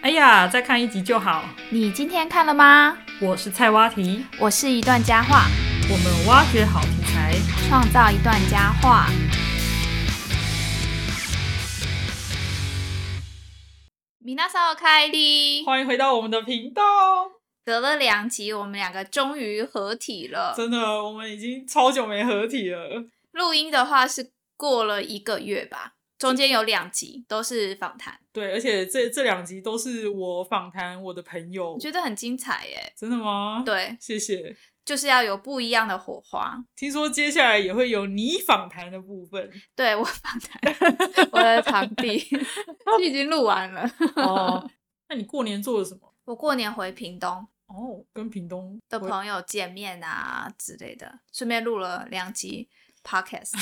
哎呀，再看一集就好。你今天看了吗？我是菜蛙题，我是一段佳话，我们挖掘好题材。创造一段佳话。米娜桑开利，欢迎回到我们的频道。隔了两集，我们两个终于合体了。真的，我们已经超久没合体了。录音的话是过了一个月吧，中间有两集都是访谈，对，而且这这两集都是我访谈我的朋友我。觉得很精彩耶。真的吗？，对，谢谢。就是要有不一样的火花。听说接下来也会有你访谈的部分对我访谈， 我的堂弟已经录完了。 哦。那你过年做了什么？我过年回屏东，哦，跟屏东的朋友见面啊之类的，顺便录了两集 podcast。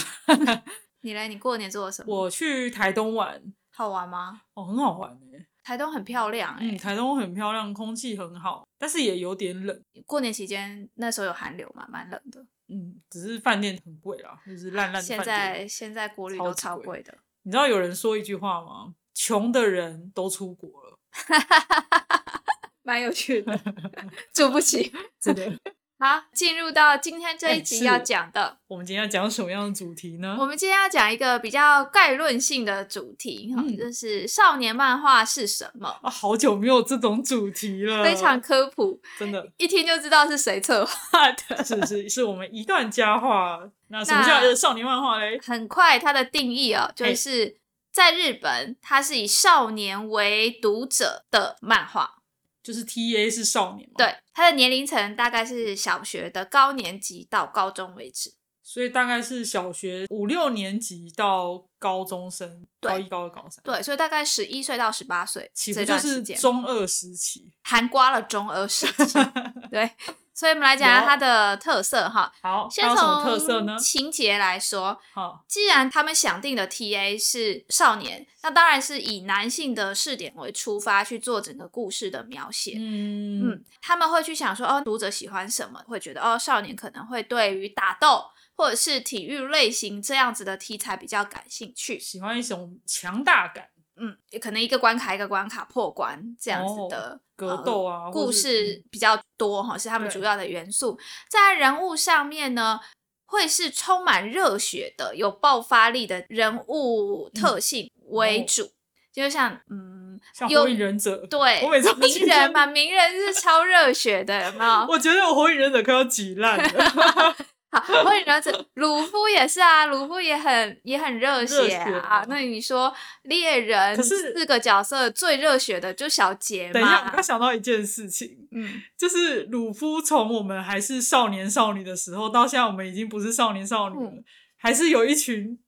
你嘞？你过年做了什么？我去台东玩，好玩吗？哦，很好玩哎、台东很漂亮哎、嗯，台东很漂亮，空气很好，但是也有点冷。过年期间那时候有寒流嘛，蛮冷的。嗯，只是饭店很贵啦，就是烂烂的现饭店。在现在国旅超都级超贵贵 的，你知道有人说一句话吗？穷的人都出国了，蛮有 趣的，住不起。真 的。好，进入到今天这哎一集是要讲的，我们今天要讲什么样的主题呢我？们今天要讲一个比较概论性的主题，哈，嗯就是少年漫画是什么，啊，好久没有这种主题了，非常科普，真的一听就知道是谁策划的。是是是我们一段佳话。那什么叫呃那少年漫画嘞？很快它的定义哦，就嘿是在日本，它是以少年为读者的漫画。就是 T A 是少年嘛，，对，它的年龄层大概是小学的高年级到高中为止。所以大概是小学五六年级到高中生，对高一、高二、高三，，对，所以大概十一岁到十八岁岂这不就段是时间，中二时期？含刮了中二时期。 对，所以我们来讲一下有它的特色哈。好，先它有什么特色呢从？情节来说，好，既然他们想定的 TA 是少年，那当然是以男性的视点为出发去做整个故事的描写。嗯嗯，他们会去想说，哦，读者喜欢什么？会觉得，哦，少年可能会对于打斗或者是体育类型这样子的题材比较感兴趣。喜欢一种强大感，嗯，也可能一个关卡一个关卡破关这样子的、格斗呃啊，或故是事比较多哈，是他们对主要的元素。在人物上面呢，会是充满热血的、有爆发力的人物特性为嗯哦主，就像嗯，像有火影忍者，对，我每次都觉鸣得人嘛，鸣人是超热血的，有没有？ 我觉得我火影忍者快要挤烂 了， 好，火影忍者，鲁夫也是啊，鲁夫也很也很热热血血啊啊。那你说猎人可是四个角色最热血的就小杰等一下，我嘛刚，想到一件事情，嗯，就是鲁夫从我们还是少年少女的时候，到现在我们已经不是少年少女了，嗯还是有一群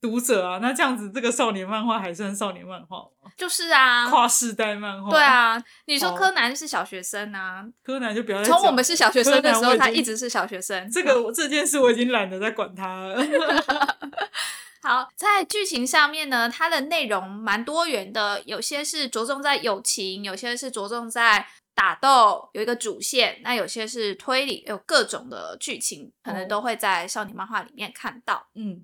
读者啊。那这样子，这个少年漫画还算少年漫画吗？就是啊，跨世代漫画，对，啊。你说哦柯南是小学生啊，柯南就不要再从讲我们是嗯小学生的柯时南我候，已他经一直是小学生。这个这件事，我已经懒得再管它了。 好，在剧情上面呢，它的内容蛮多元的，有些是着重在友情，有些是着重在打斗，有一个主线，那有些是推理，有各种的剧情，可能哦都会在少女漫画里面看到。嗯，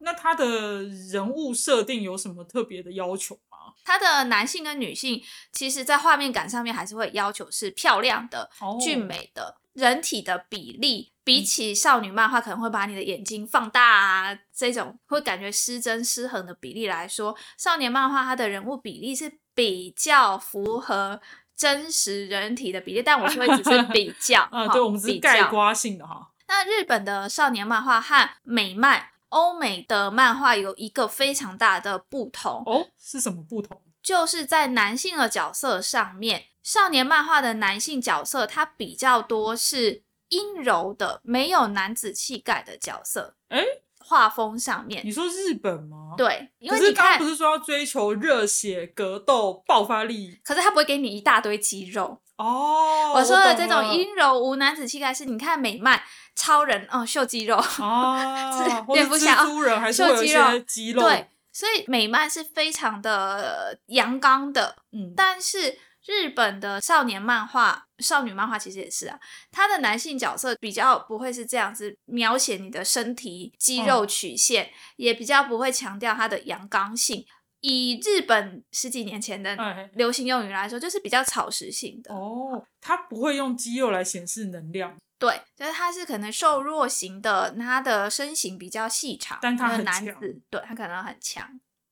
那他的人物设定有什么特别的要求吗？它的男性跟女性，其实在画面感上面还是会要求是漂亮的、哦嗯俊美的，人体的比例。比起少女漫画可能会把你的眼睛放大啊，这种会感觉失真失衡的比例来说，少年漫画它的人物比例是比较符合真实人体的比例，但我说只 是比较啊、哈对，我们只比是概较括性的哈。那日本的少年漫画和美漫、欧美的漫画有一个非常大的不同，哦，是什么不同？就是在男性的角色上面，少年漫画的男性角色他比较多是阴柔的，没有男子气概的角色。诶画风上面你说日本吗？。对，因可为是你刚刚看，不是说要追求热血、格斗、爆发力可是他不会给你一大堆肌肉。哦？我说的这懂种了阴柔无男子气概是，你看美漫超人哦、秀肌 肉， 哦，或蝙是蝠侠蜘蛛人还是 会秀有一肌肉些肌肉，对，所以美漫是非常的呃阳刚的，嗯，但是日本的少年漫画、少女漫画其实也是啊，它的男性角色比较不会是这样子描嗯写你的身体肌肉曲线，也比较不会强调它的阳刚性。以日本十几年前的哎，流行用语来说，就是比较草食性的。哦，它不会用肌肉来显示能量，对，就是他是可能瘦弱型的，那他的身形比较细长，但他那个很男强子，对他可能很强。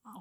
哦，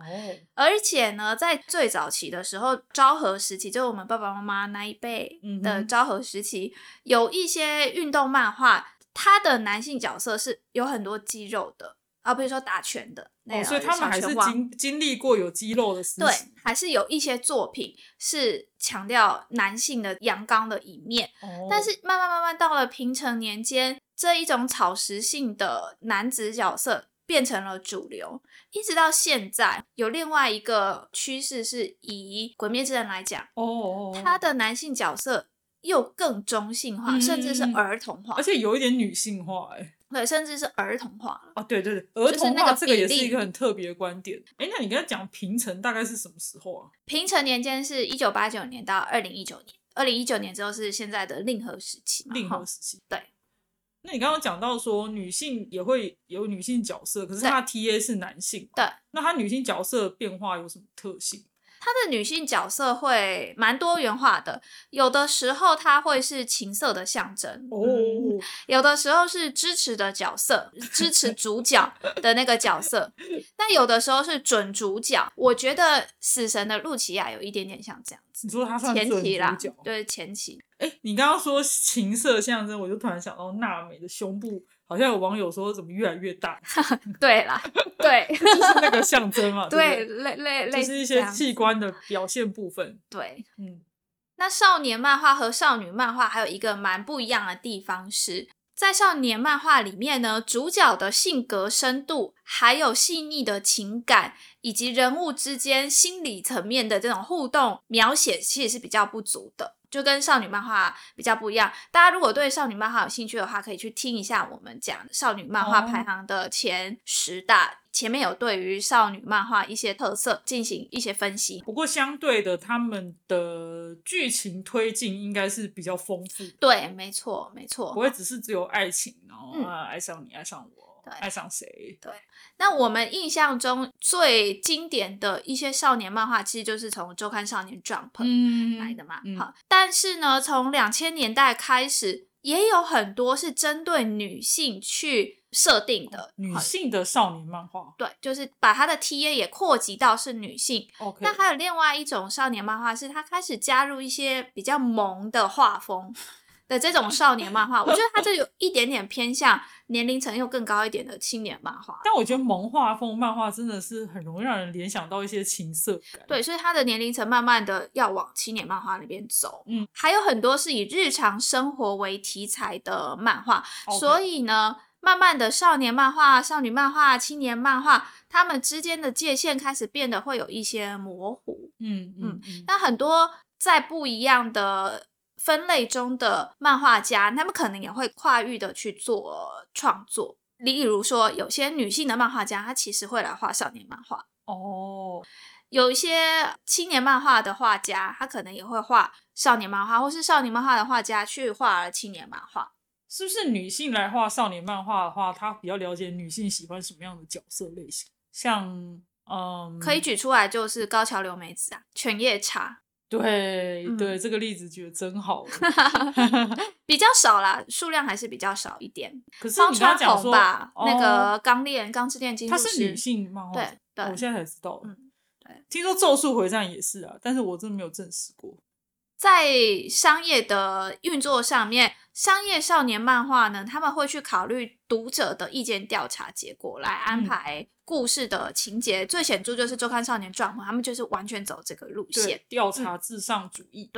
而且呢，在最早期的时候，昭和时期，就是我们爸爸妈妈那一辈嗯哼的昭和时期，有一些运动漫画，它的男性角色是有很多肌肉的，啊，比如说打拳的哦，那个所以他们小还是拳王经经历过有肌肉的时对期，，还是有一些作品是强调男性的阳刚的一面。哦但是慢慢慢慢到了平成年间，这一种草食性的男子角色变成了主流，一直到现在有另外一个趋势是以《鬼灭之刃》来讲，哦哦，哦他的男性角色又更中性化，嗯甚至是嗯嗯儿童化而，且有一点女性化、欸，哎，对，甚至是儿童化了。哦，对对对，儿童就是那化个这个也是比例一个很特别的观点。哎，那你跟他讲平成大概是什么时候啊？平成年间是一九八九年到二零一九年，二零一九年之后是现在的令和时期嘛，令哈和时期。啊对。那你刚刚讲到说女性也会有女性角色，可是对她 T A 是男性嘛，对，那她女性角色变化有什么特性？她的女性角色会蛮多元化的，有的时候她会是情色的象征，哦，嗯有的时候是支持的角色， 支持主角的那个角色，那有的时候是准主角。我觉得《死神的露琪亚》有一点点像这样 子，你说她算前准期主啦角？，对前期，哎，你刚刚说情色象征，我就突然想到娜美的胸部，好像有网友说怎么越来越大， 对啦，对就是那个象征嘛， 对，不类类对，类就似是一这些样器官的表现部分。对嗯，那少年漫画和少女漫画还有一个蛮不一样的地方是，在少年漫画里面呢，主角的性格深度，还有细腻的情感，以及人物之间心理层面的这种互动描写，其实是比较不足的。就跟少女漫画比较不一样，大家如果对少女漫画有兴趣的话，可以去听一下我们讲少女漫画哦排行的前十大前面有对于少女漫画一些特色进行一些分析。不过相对的，他们的剧情推进应该是比较丰富的对，没错，没错，不会只是只有爱情，然后、嗯啊爱上你，爱上我，对爱上谁？那我们印象中最经典的一些少年漫画，其实就是从周刊少年 Jump 嗯来的嘛。嗯好，但是呢，从两千年代开始，也有很多是针对女性去设定的。哦女好性的少年漫画对，就是把它的 TA 也扩及到是女性。 ，OK，那还有另外一种少年漫画，是它开始加入一些比较萌的画风的这种少年漫画。我觉得它就有一点点偏向年龄层又更高一点的青年漫画。但我觉得萌画风漫画真的是很容易让人联想到一些情色感，，对，所以他的年龄层慢慢的要往青年漫画那边走。嗯，还有很多是以日常生活为题材的漫画 OK 所以呢，慢慢的少年漫画、少女漫画、青年漫画，他们之间的界限开始变得会有一些模糊。嗯嗯嗯，那很多在不一样的。分类中的漫画家，他们可能也会跨域的去做创作。例如说，有些女性的漫画家，她其实会来画少年漫画，哦，有一些青年漫画的画家，他可能也会画少年漫画，或是少年漫画的画家去画了青年漫画。是不是女性来画少年漫画的话，她比较了解女性喜欢什么样的角色类型？像嗯，可以举出来就是高桥留美子啊、犬夜叉，对、嗯对这个例子举得真 好，比较少啦，数量还是比较少一点。可是方你刚川刚讲红说吧，那哦个钢炼、钢之炼金术她师，是女性漫画家，对对哦我现在才知道。嗯，对，听说《咒术回战》也是啊，但是我真的没有证实过。在商业的运作上面，商业少年漫画呢，他们会去考虑读者的意见调查结果来安排故事的情节。最显著就是《周刊少年 Jump》，他们就是完全走这个路线。对，调嗯查至上主义。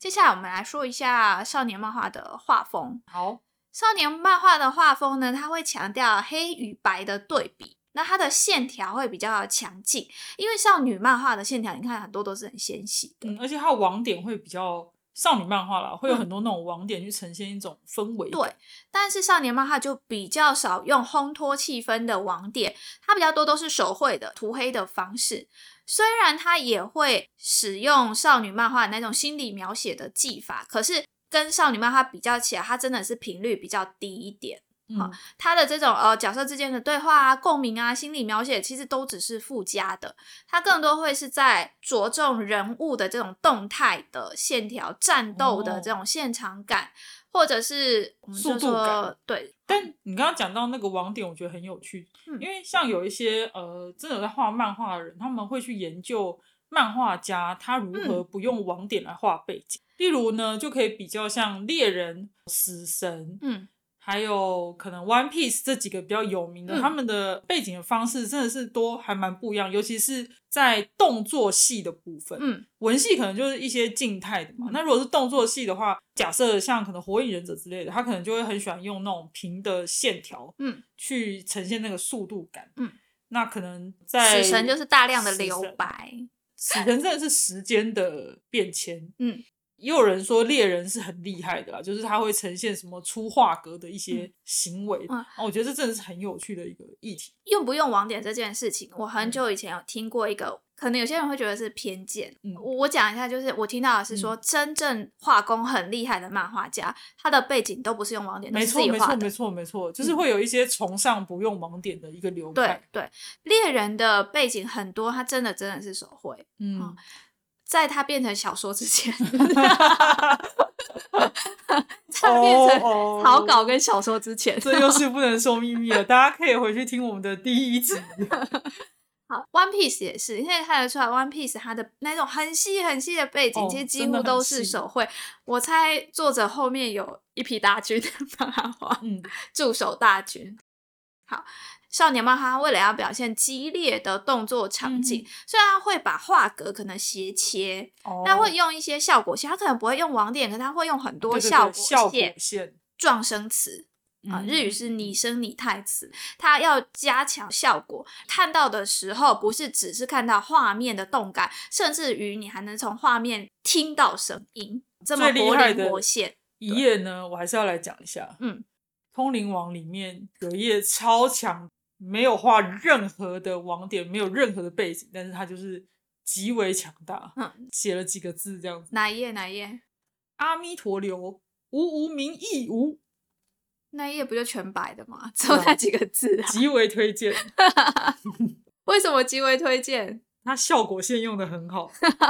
接下来我们来说一下少年漫画的画风。好，少年漫画的画风呢，它会强调黑与白的对比，那它的线条会比较强劲，因为少女漫画的线条，你看很多都是很纤细的。嗯，而且它的网点会比较少女漫画啦，会有很多那种网点去呈现一种氛围。嗯对，但是少年漫画就比较少用烘托气氛的网点，它比较多都是手绘的涂黑的方式。虽然它也会使用少女漫画那种心理描写的技法，可是跟少女漫画比较起来，它真的是频率比较低一点。嗯他的这种呃角色之间的对话啊、共鸣啊、心理描写，其实都只是附加的，它更多会是在着重人物的这种动态的线条、战斗的这种现场感，或者是我们就哦速度说感对，但你刚刚讲到那个网点，我觉得很有趣，嗯因为像有一些呃，真的有在画漫画的人，他们会去研究漫画家他如何嗯不用网点来画背景。例如呢，就可以比较像猎人、死神，嗯还有可能 One Piece 这几个比较有名的，嗯他们的背景的方式真的是都还蛮不一样，尤其是在动作戏的部分。嗯文戏可能就是一些静态的嘛。那如果是动作戏的话，假设像可能火影忍者之类的，他可能就会很喜欢用那种平的线条嗯，去呈现那个速度感。嗯，那可能在死神就是大量的死神留白，死神真的是时间的变迁。嗯，也有人说猎人是很厉害的啦，就是他会呈现什么出画格的一些行为。嗯啊，我觉得这真的是很有趣的一个议题。用不用网点这件事情，我嗯很久以前有听过一个，可能有些人会觉得是偏见。嗯我我讲一下，就是我听到的是说，真正画工很厉害的漫画家，他的背景都不是用网点，都没是自错，己没画错，的嗯没。错，没错，就是会有一些崇尚不用盲点的一个流对派。对，猎人的背景很多，他真的真的是手绘。嗯好，在他变成小说之 前，在他变成哦草稿跟小说之前，这又是不能说秘密了，大家可以回去听我们的第一集。好，One Piece 也是，你可以看得出来，One Piece 它的那种很细很细的背景，哦其实几真的很乎都是细手绘。我猜作者后面有一批大军 帮他画， 嗯，助手大军。好，少年漫画它为了要表现激烈的动作场景，嗯虽然它会把画格可能斜切，哦它会用一些效果线，它可能不会用网点，可它会用很多对对对效果效线、线撞声词。啊，嗯日语是拟你声拟态词，它要加强效果。看到的时候，不是只是看到画面的动感，甚至于你还能从画面听到声音，这么最厉活害灵的活现。一页呢，我还是要来讲一下。嗯，通灵王里面有一页超强，没有画任何的网点，没有任何的背景，但是它就是极为强大，嗯，写了几个字这样子：哪一页？哪一页？阿弥陀流，无无名亦无，那一页不就全白的吗？ 只有那几个字啊？极为推荐。为什么极为推荐？它效果线用的很 好。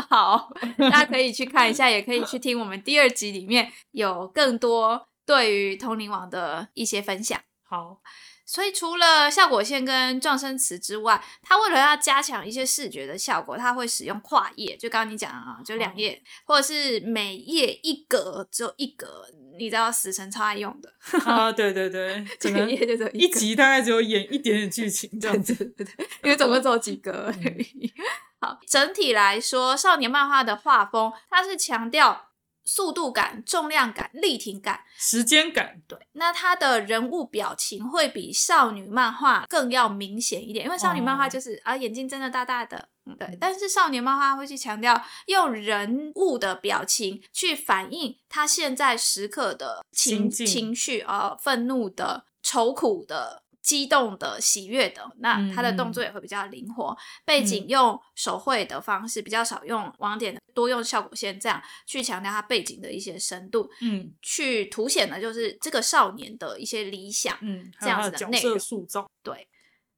好，大家可以去看一下，也可以去听我们第二集里面有更多对于通灵王的一些分享。好，所以除了效果线跟撞声词之外，它为了要加强一些视觉的效果，它会使用跨页，就刚刚你讲的啊，就哦两页，或者是每页一格只有一格，你知道死神超爱用的，啊，对对对， 这可个能页就只有一格，集大概只有演一点点剧情这对样对子。对对，因为总共只有几格而已。好，整体来说，少年漫画的画风，它是强调速度感、重量感、力挺感，时间感，对，那他的人物表情会比少女漫画更要明显一点，因为少女漫画哦就是、啊眼睛睁得大大的，嗯，对。但是少年漫画会去强调用人物的表情去反映他现在时刻的情心境情绪，呃，愤怒的、愁苦的。激动的、喜悦的，那嗯他的动嗯作也会比较灵活。背景用手绘的方式，比较少用网点，多用效果线，这样去强调他背景的一些深度。嗯去凸显的就是这个少年的一些理想。嗯，这样还子有的他的内角色容塑造。对，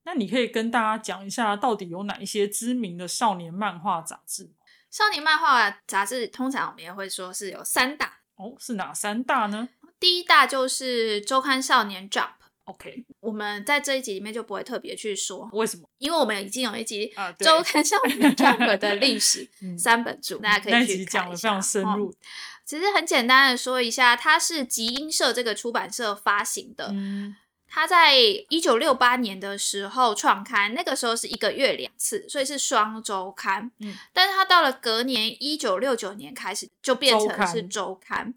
那你可以跟大家讲一下，到底有哪一些知名的少年漫画杂志吗？少年漫画杂志通常我们也会说是有三大，哦，是哪三大呢第一大就是周刊少年 Jump。 ？OK，我们在这一集里面就不会特别去说，为什么？因为我们已经有一集啊对周刊少年 Jump 的历史嗯三本柱，大家可那以一去集看讲的一非下常深哦入。其实很简单的说一下，它是集英社这个出版社发行的，嗯他在一九六八年的时候创刊，那个时候是一个月两次，所以是双周刊。嗯，但是他到了隔年一九六九年开始就变周成刊是周刊，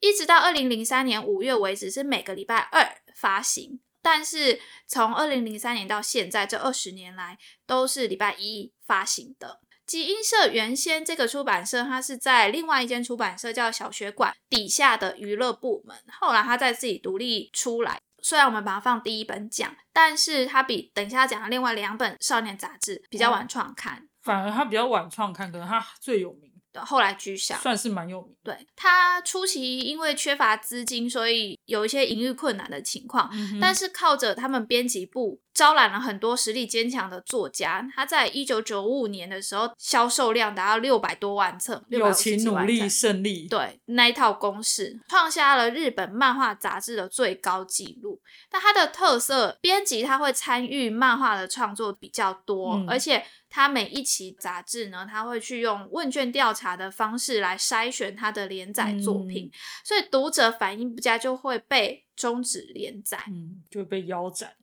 一直到二零零三年五月为止是每个礼拜二发行。但是从二零零三年到现在这二十年来，都是礼拜一发行的。集英社原先这个出版社，它是在另外一间出版社叫小学馆底下的娱乐部门，后来它再自己独立出来。虽然我们把它放第一本讲，但是它比等一下讲的另外两本少年杂志比较晚创刊。反而他比较晚创刊，可能他最有名。对啊后来居上。算是蛮有名。对他初期因为缺乏资金，所以有一些营运困难的情况。嗯哼但是靠着他们编辑部招揽了很多实力坚强的作家，他在一九九五年的时候销售量达到六百多万册，友情650努万册力胜利，对那一套公式，创下了日本漫画杂志的最高纪录。那它的特色，编辑他会参与漫画的创作比较多，嗯而且他每一期杂志呢，他会去用问卷调查的方式来筛选他的连载作品，嗯所以读者反应不佳就会被终止连载。嗯，就被腰斩。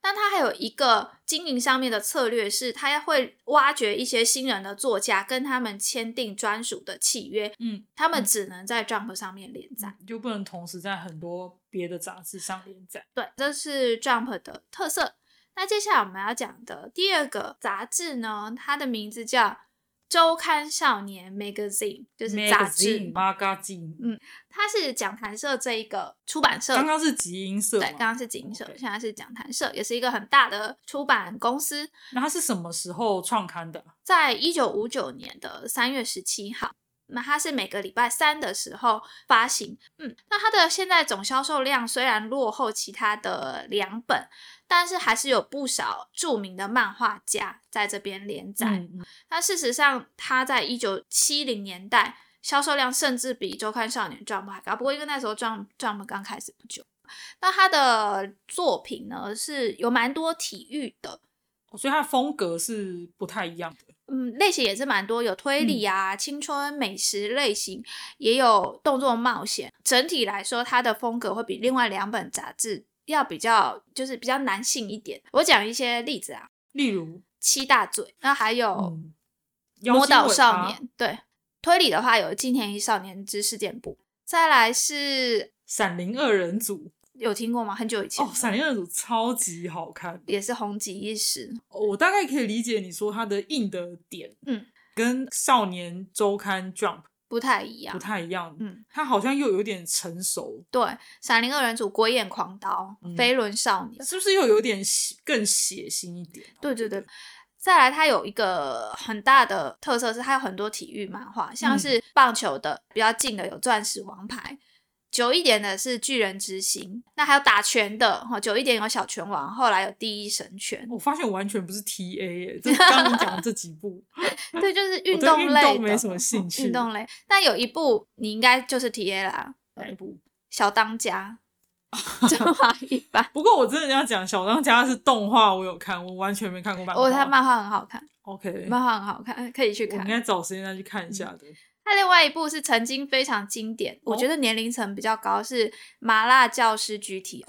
但他还有一个经营上面的策略是，他会挖掘一些新人的作家，跟他们签订专属的契约，嗯，他们只能在 Jump 上面连载。嗯就不能同时在很多别的杂志上连载。对，这是 Jump 的特色。那接下来我们要讲的第二个杂志呢，它的名字叫《周刊少年 Magazine》，就是杂志 Magazine。Magazine，嗯它是讲谈社这一个出版社。刚刚是集英社对，嘛刚刚是景社 OK 现在是讲谈社，也是一个很大的出版公司。那它是什么时候创刊的？在一九五九年的三月十七号，那它是每个礼拜三的时候发行。嗯，那它的现在总销售量虽然落后其他的两本，但是还是有不少著名的漫画家在这边连载。嗯，嗯那事实上，它在一九七零年代销售量甚至比《周刊少年 Jump》还高。不过，因为那时候 Jump Jump 刚开始不久，那他的作品呢是有蛮多体育的，所以它的风格是不太一样的。嗯，类型也是蛮多，有推嗯理啊、青春美食类型，也有动作冒险。整体来说，它的风格会比另外两本杂志要比较，就是比较男性一点。我讲一些例子啊，例如，七大罪，那还有嗯， 《魔导少年》，对，推理的话有《金田一少年之事件簿》，再来是闪灵二人组有听过吗？很久以前哦，闪灵二人组超级好看，也是红极一时，哦我大概可以理解你说它的硬的点，嗯，跟少年周刊 Jump 不太一样不。太一样，嗯，它好像又有点成熟，对，《闪灵二人组》《鬼眼狂刀》嗯飞轮少 年》是不是又有点血更血腥一点？啊对对我觉对得，，再来它有一个很大的特色是它有很多体育漫画，像嗯是棒球的比较近的有《钻石王牌》，久一点的是《巨人之心》，那还有打拳的哈，久一点有《小拳王》，后来有《第一神 拳我发现我完全不是 T A 耶， 这刚你讲的这几部，》，对，就是对运动运类的，动没什么兴嗯趣运动类，但有一部你应该就是 T A 啦，哪一部？小当 家》， 中华一番，不过我真的要讲，《小当家》是动画，我有看，我完全没看过漫画。哦，他漫画很好看， OK，漫画很好看，可以去我应看。嗯该找时间再去看一下的。那另外一部是曾经非常经典，我哦觉得年龄层比较高是《麻辣教师 GTO》，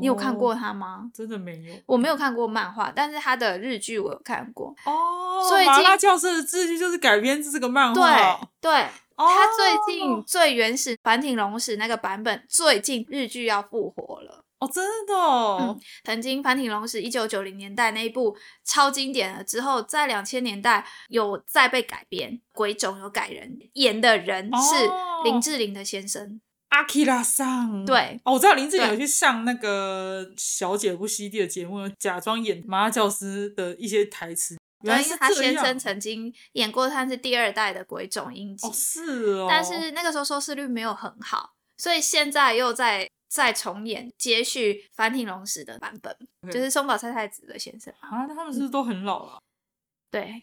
你有看过哦？它吗？真的没有我没有看过漫画，但是它的日剧我有看过。哦。所以麻今辣教师的志趣就是改编自这个漫对画。对，哦，它最近最原始坂井龙史那个版本，最近日剧要复活了。哦，真的哦嗯，曾经坂井龙史一九九零年代那一部超经典了，之后在两千年代有再被改编，鬼冢有改人，演的人是哦林志玲的先生。阿基拉上对哦，我知道林志颖对有去上那个《小姐不吸地》的节目，假装演麻辣教师的一些台词。原来对，因是为他这先样生曾经演过他是第二代的鬼冢英吉，哦，是哦，但是那个时候收视率没有很好，所以现在又在再重演接续反町隆史的版本， OK 就是松岛菜菜子的先生嘛。啊，他们是不是都很老了？ 对，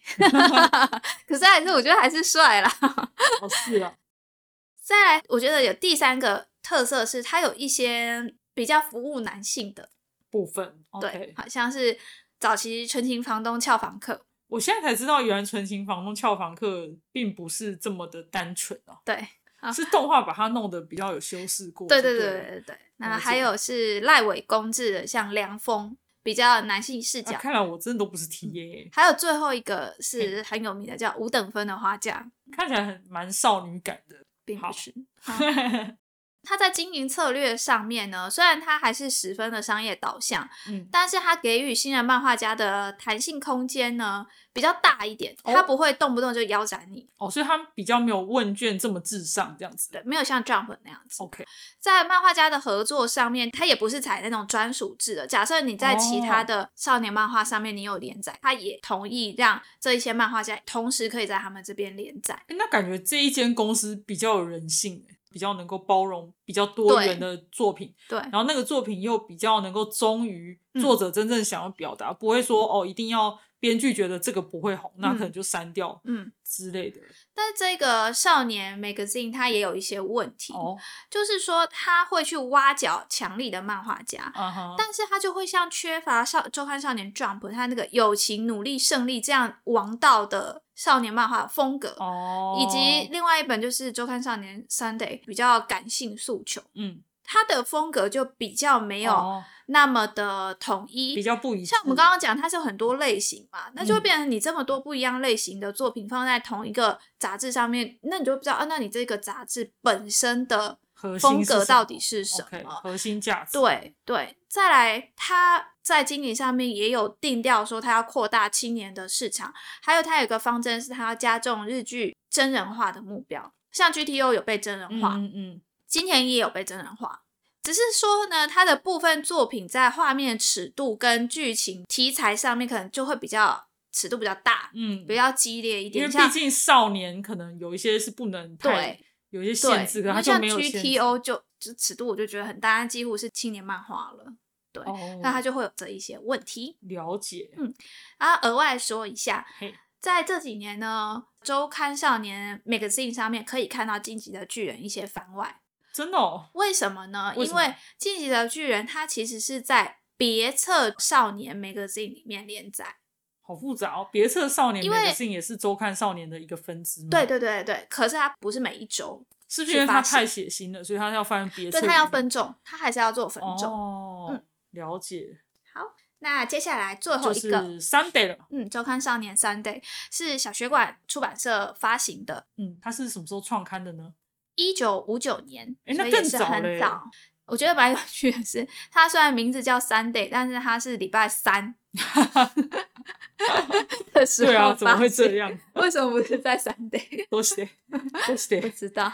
可是还是我觉得还是帅啦。 哦，是啊，再来，我觉得有第三个特色是它有一些比较服务男性的，部分。 对 OK，，好像是早期纯情房东俏房客，我现在才知道，原来《纯情房东俏房客》并不是这么的单纯啊，对，啊是动画把它弄得比较有修饰过。对对对对了对对对。那了还解有是赖伟公制的，像凉风，比较男性视角。啊看来我真的都不是 T A，还有最后一个是很有名的，叫五等分的花架， 看起来很蛮少女感的。并不好是。好它在经营策略上面呢，虽然它还是十分的商业导向， 嗯，但是它给予新人漫画家的弹性空间呢，比较大一点，哦它不会动不动就腰斩你，哦，所以他比较没有问卷这么至上这样子。对，没有像 Jump 那样子。 OK，在漫画家的合作上面，它也不是采那种专属制的。假设你在其他的少年漫画上面你有连载，他也同意让这一些漫画家同时可以在他们这边连载。诶那感觉这一间公司比较有人性、诶比较能够包容比较多元的作品，对，然后那个作品又比较能够忠于嗯作者真正想要表达，不会说哦一定要编剧觉得这个不会红，那可能就删掉嗯，之类的。但是这个少年 magazine 它也有一些问题， 哦，就是说他会去挖角强力的漫画家。啊哈，但是他就会像缺乏少周刊少年 Jump 他那个友情、努力、胜利这样王道的少年漫画风格，哦，以及另外一本就是《周刊少年 Sunday》，比较感性诉求，嗯，它的风格就比较没有哦那么的统一。比较嗯不一致，像我们刚刚讲，它是有很多类型嘛，那就会变成你这么多不一样类型的作品放在同一个杂志上面，那你就不知道啊，那你这个杂志本身的核心风是格什到么底是什 OK，么？核心价值，对对，再来，他在经营上面也有定调说他要扩大青年的市场，还有他有个方针是他要加重日剧真人化的目标，像 GTO 有被真人嗯，化，嗯嗯，金田一也有被真人化。只是说呢，他的部分作品在画面尺度跟剧情题材上面，可能就会比较尺度比较大，嗯，比较激烈一因为点。毕像竟少年可能有一些是不能太对有一些限对，制，因可他为就像没有限制 GTO 就就尺度我就觉得很大，它几乎是青年漫画了，哦，那它就会有这一些问题。了解，啊，额外说一下嘿，在这几年呢，周刊少年 magazine 上面可以看到《晋级的巨人》一些番外，真的哦，为什么呢？为什因么为《晋级的巨人》它其实是在别册少年 magazine 里面连载。好复杂哦。别册少年因为 magazine 也是周刊少年的一个分支吗，对，对对对，可是它不是每一周，是不是去因为发它太血腥了，所以它要翻别册对里面？它要分众，它还是要做分众。哦嗯，了解，那接下来最后就一个，是三倍了嘛。嗯，周刊少年 Sunday 是小学馆出版社发行的，嗯，它是什么时候创刊的 呢？一九五九年，诶所那以也更是早嘞很早。我觉得蛮有趣的是，它虽然名字叫 Sunday，但是它是礼拜三的时候对啊，怎么发会这行？样？为什么不是在 Sunday？ 都写，都不写。知道。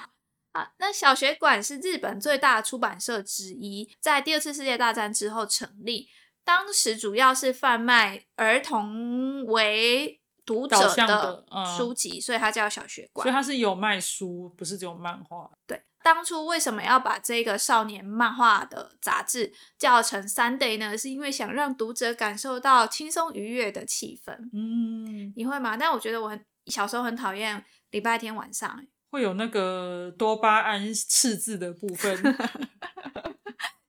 啊，那小学馆是日本最大的出版社之一，在第二次世界大战之后成立。当时主要是贩卖儿童为读导者向的嗯书籍，所以它叫小学馆所以。它是有卖书，不是只有漫画。对，当初为什么要把这个少年漫画的杂志叫成 Sunday 呢？是因为想让读者感受到轻松愉悦的气氛。嗯，你会吗？但我觉得我很小时候很讨厌礼拜天晚上欸，会有那个多巴胺赤字的部分，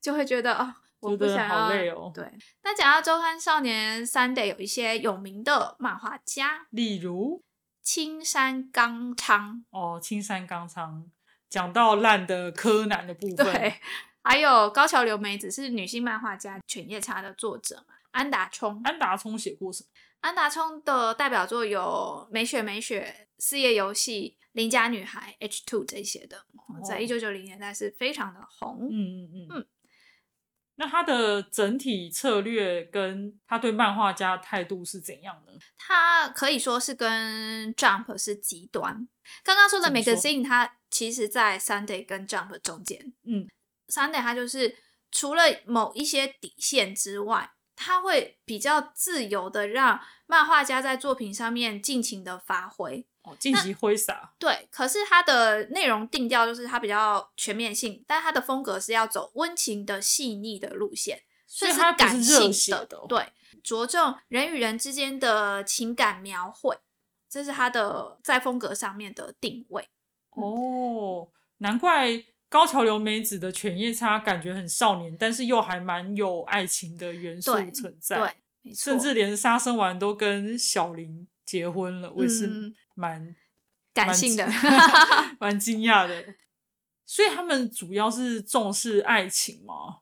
就会觉得哦， 我觉不得想要。好累哦。对，那讲到周刊少年 Sunday 有一些有名的漫画家，例如，青山刚昌，哦，青山刚昌讲到烂的柯南的部分，对，还有高桥留美子是女性漫画家《犬夜叉》的作者嘛，安达充。安达充写过什么？安达充的代表作有《美雪美雪》《四叶游戏》《邻家女孩》H Two 这些的，哦在一九九零年代是非常的红。哦嗯嗯嗯嗯。那他的整体策略跟他对漫画家的态度是怎样呢？它可以说是跟 Jump 是极端。刚刚说的怎么说 Magazine，它其实在 Sunday 跟 Jump 中间。嗯，Sunday 它就是除了某一些底线之外，它会比较自由的让漫画家在作品上面尽情的发挥。哦，晋级挥洒，对，可是它的内容定调就是它比较全面性，但它的风格是要走温情的细腻的路线，所以是他不感是热性血的，的哦对，着重人与人之间的情感描绘，这是它的在风格上面的定位。哦，难怪高桥留美子的《犬夜叉》感觉很少年，但是又还蛮有爱情的元素对存在，对，没错，甚至连杀生丸都跟小林结婚了，我也是嗯蛮感蛮，性的 蛮惊讶的。所以他们主要是重视爱情吗？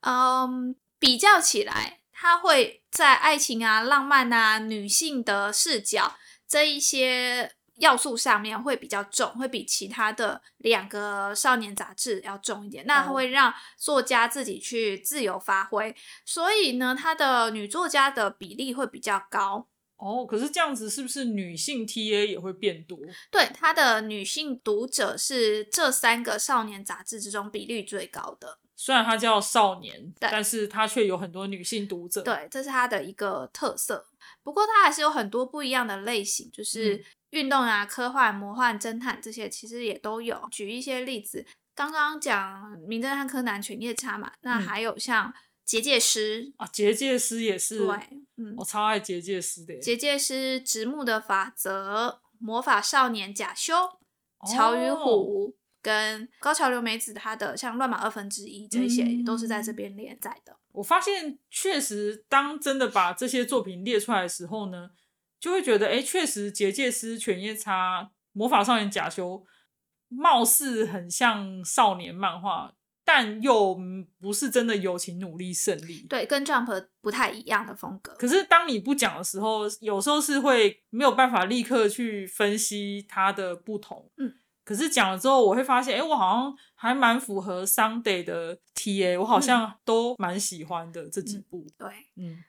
嗯，比较起来，它会在爱情啊、浪漫啊、女性的视角这一些要素上面会比较重，会比其他的两个少年杂志要重一点。那它哦会让作家自己去自由发挥，所以呢，它的女作家的比例会比较高。哦，可是这样子是不是女性 TA 也会变多？对，它的女性读者是这三个少年杂志之中比率最高的。虽然它叫少年，对但是它却有很多女性读者。，对，这是它的一个特色。不过它还是有很多不一样的类型，就是嗯运动啊、科幻、魔幻、侦探这些，其实也都有。举一些例子，刚刚讲《名侦探柯南》《犬夜叉》嘛，那嗯还有像《结界师啊，结界师也》是，对，嗯，我超爱结界师的耶。 《结界师》《直木的法则》《魔法少年假修》乔与哦虎跟高桥留美子她的像《乱马二分之一》这些嗯都是在这边连载的。我发现确实，当真的把这些作品列出来的时候呢，就会觉得，哎，确实《结界师》《犬夜叉》《魔法少年假修》貌似很像少年漫画，但又嗯不是真的友情努力胜利。对，跟 Jump 不太一样的风格。可是当你不讲的时候，有时候是会没有办法立刻去分析它的不同。嗯，可是讲了之后，我会发现，哎、我好像还蛮符合 Sunday 的 TA，我好嗯像都蛮喜欢的这几部。对，嗯，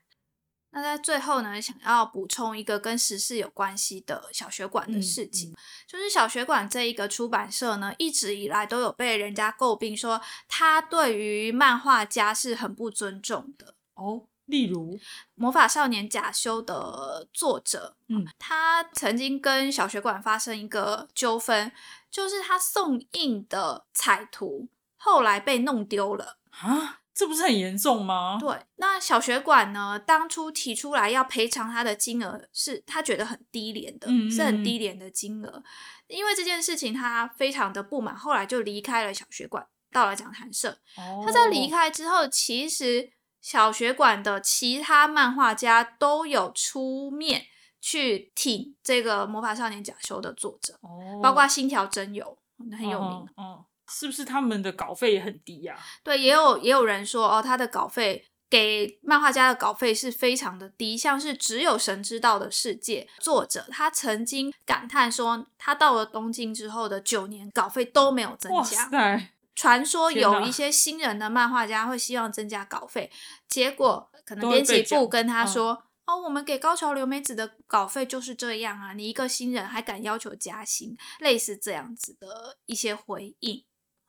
那在最后呢，想要补充一个跟时事有关系的小学馆的事情，就是小学馆这一个出版社呢，一直以来都有被人家诟病说，他对于漫画家是很不尊重的。哦，例如， 《魔法少年假修》的作者，啊嗯，他曾经跟小学馆发生一个纠纷，就是他送印的彩图后来被弄丢了。啊，这不是很严重吗？对，那小学馆呢，当初提出来要赔偿他的金额是他觉得很低廉的，嗯嗯是很低嗯廉的金额，因为这件事情他非常的不满，后来就离开了小学馆，到了讲谈社。哦他在离，开之后，其实小学馆的其他漫画家都有出面去挺这个《魔法少年假修》的作者，哦包括新条真由，很有名。啊嗯嗯嗯是不是他们的稿费也很低呀、对，也有也有人说哦，他的稿费给漫画家的稿费是非常的低，像是只有神知道的世界作者，他曾经感叹说，他到了东京之后的九年稿费都没有增哇加。塞，传说天有哪一些新人的漫画家会希望增加稿费，结果可能都编会辑被部讲跟他嗯说：“哦，我们给高桥留美子的稿费就是这样啊，你一个新人还敢要求加薪？”类似这样子的一些回应。嗯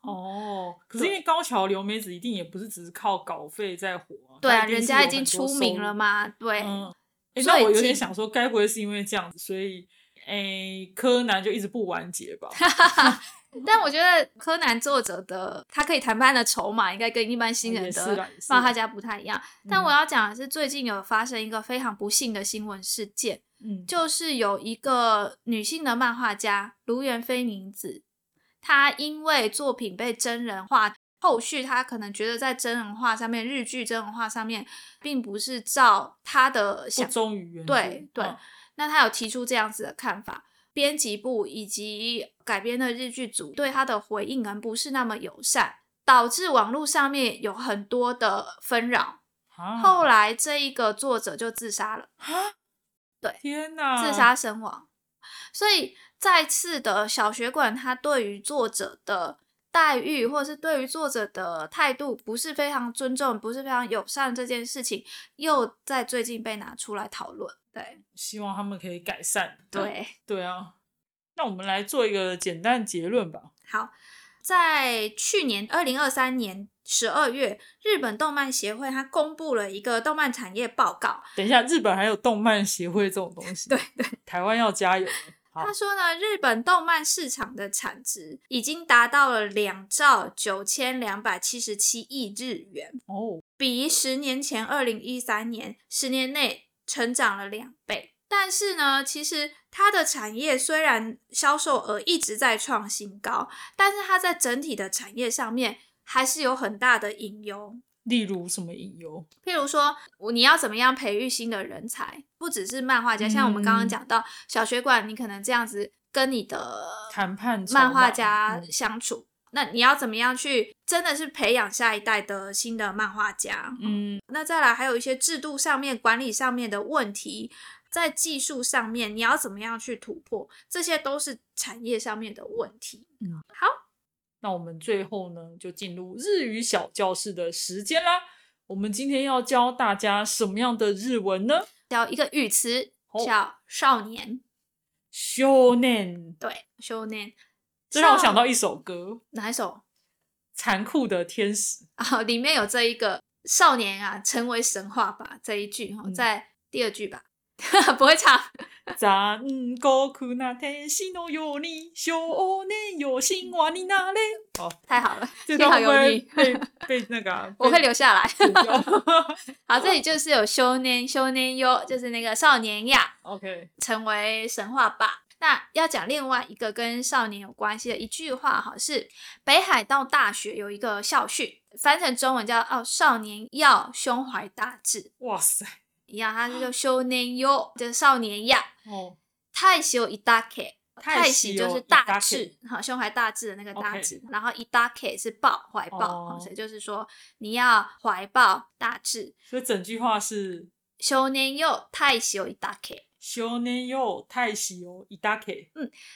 哦，可是因为高桥留美子一定也不是只是靠稿费在火、啊，对她啊，一定人是家有已经很多出收名入了？嘛，对，嗯，诶最那我有近点想说，该不会是因为这样子，所以诶，柯南就一直不完结吧？但我觉得柯南作者的他可以谈判的筹码应该跟一般新人哦也是的啦也是嗯漫画啦家不太一样。但我要讲的是，最近有发生一个非常不幸的新闻事件，嗯，就是有一个女性的漫画家卢原非宁子，她因为作品被真人化，后续她可能觉得在真人化上面，日剧真人化上面，并不是照她的不想忠于原著对对嗯那他有提出这样子的看法，编辑部以及改编的日剧组对他的回应可能不是那么友善，导致网络上面有很多的纷扰。啊，后来这一个作者就自杀了，天哪，自杀身亡。所以再次的小学馆，他对于作者的待遇，或者是对于作者的态度不是非常尊重，不是非常友善这件事情，又在最近被拿出来讨论。对希望他们可以改善。对。对啊，那我们来做一个简单结论吧。好，在去年二零二三年十二月，日本动漫协会它公布了一个动漫产业报告。等一下，日本还有动漫协会这种东西，对对，台湾要加油了。好他，说呢，日本动漫市场的产值已经达到了两兆九千两百七十七亿日元，哦，比十年前二零一三年十年内成长了两倍。但是呢，其实它的产业虽然销售额一直在创新高，但是它在整体的产业上面还是有很大的隐忧。例如什么隐忧？譬如说，我你要怎么样培育新的人才？不只是漫画家，像我们刚刚嗯讲到小学馆，你可能这样子跟你的谈判筹码漫画家嗯相处，那你要怎么样去真的是培养下一代的新的漫画家？嗯，那再来还有一些制度上面、管理上面的问题，在技术上面你要怎么样去突破？这些都是产业上面的问题。那我们最后呢，就进入日语小教室的时间啦。我们今天要教大家什么样的日文呢？要一个语词哦叫少年，少年，对，少年。这让我少想到一首歌《哪一首残酷的天使》。啊？里面有这一个少年啊，成为神话吧这一句哦，嗯在第二句吧， 不会唱。残酷な天使のように少年よ神話にな れ。太好了，这幸好段有会你、不会被被那个、啊 我会留下来。被剪掉 好，这里就是有修年修年优，就是那个少年呀， OK，成为神话吧。那要讲另外一个跟少年有关系的一句话哈，是北海道大学有一个校训，翻成中文叫“哦，少年要胸怀大志哇塞，”，一样，它就修年优，就是少年呀。哦，太喜一大 K，太太喜喜就有是一大大志，好胸怀大志的那个大 OK 志然后一大 K 是抱怀抱，好哦所以就是说你要怀抱大志。所以整句话是少年又太喜有一大 K，少年よ太喜よいだけ。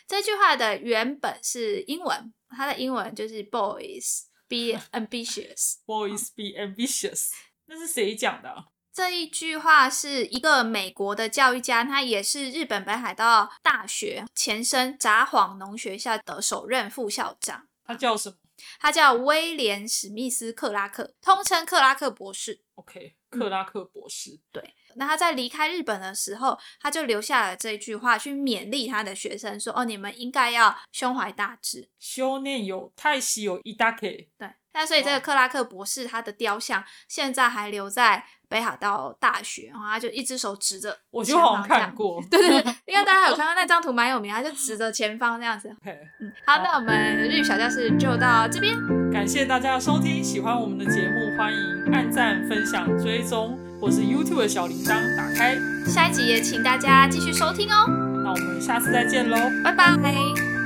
这句话的原本是英文，它的英文就是 boys be ambitious。 Boys be ambitious，那是谁讲的、啊？这一句话是一个美国的教育家，他也是日本北海道大学前身札幌农学校的首任副校长。他叫什么他叫威廉·史密斯·克拉克，通称克拉克博士。 ？OK，克拉克博士。那他在离开日本的时候，他就留下了这一句话去勉励他的学生说：“哦，你们应该要胸怀大志。少年よ太喜よいだけ。”对，那所以这个哇克拉克博士他的雕像现在还留在北海道大学，然后他就一只手指着，我就好像看。过。对对对，应该大家有 看到那张图蛮有名，他就指着前方这样子。 OK，嗯，好，那我们日语小教室就到这边，感谢大家的收听，喜欢我们的节目，欢迎按赞、分享、追踪，或是 YouTube 的小铃铛打开。下一集也请大家继续收听哦，那我们下次再见喽。拜拜。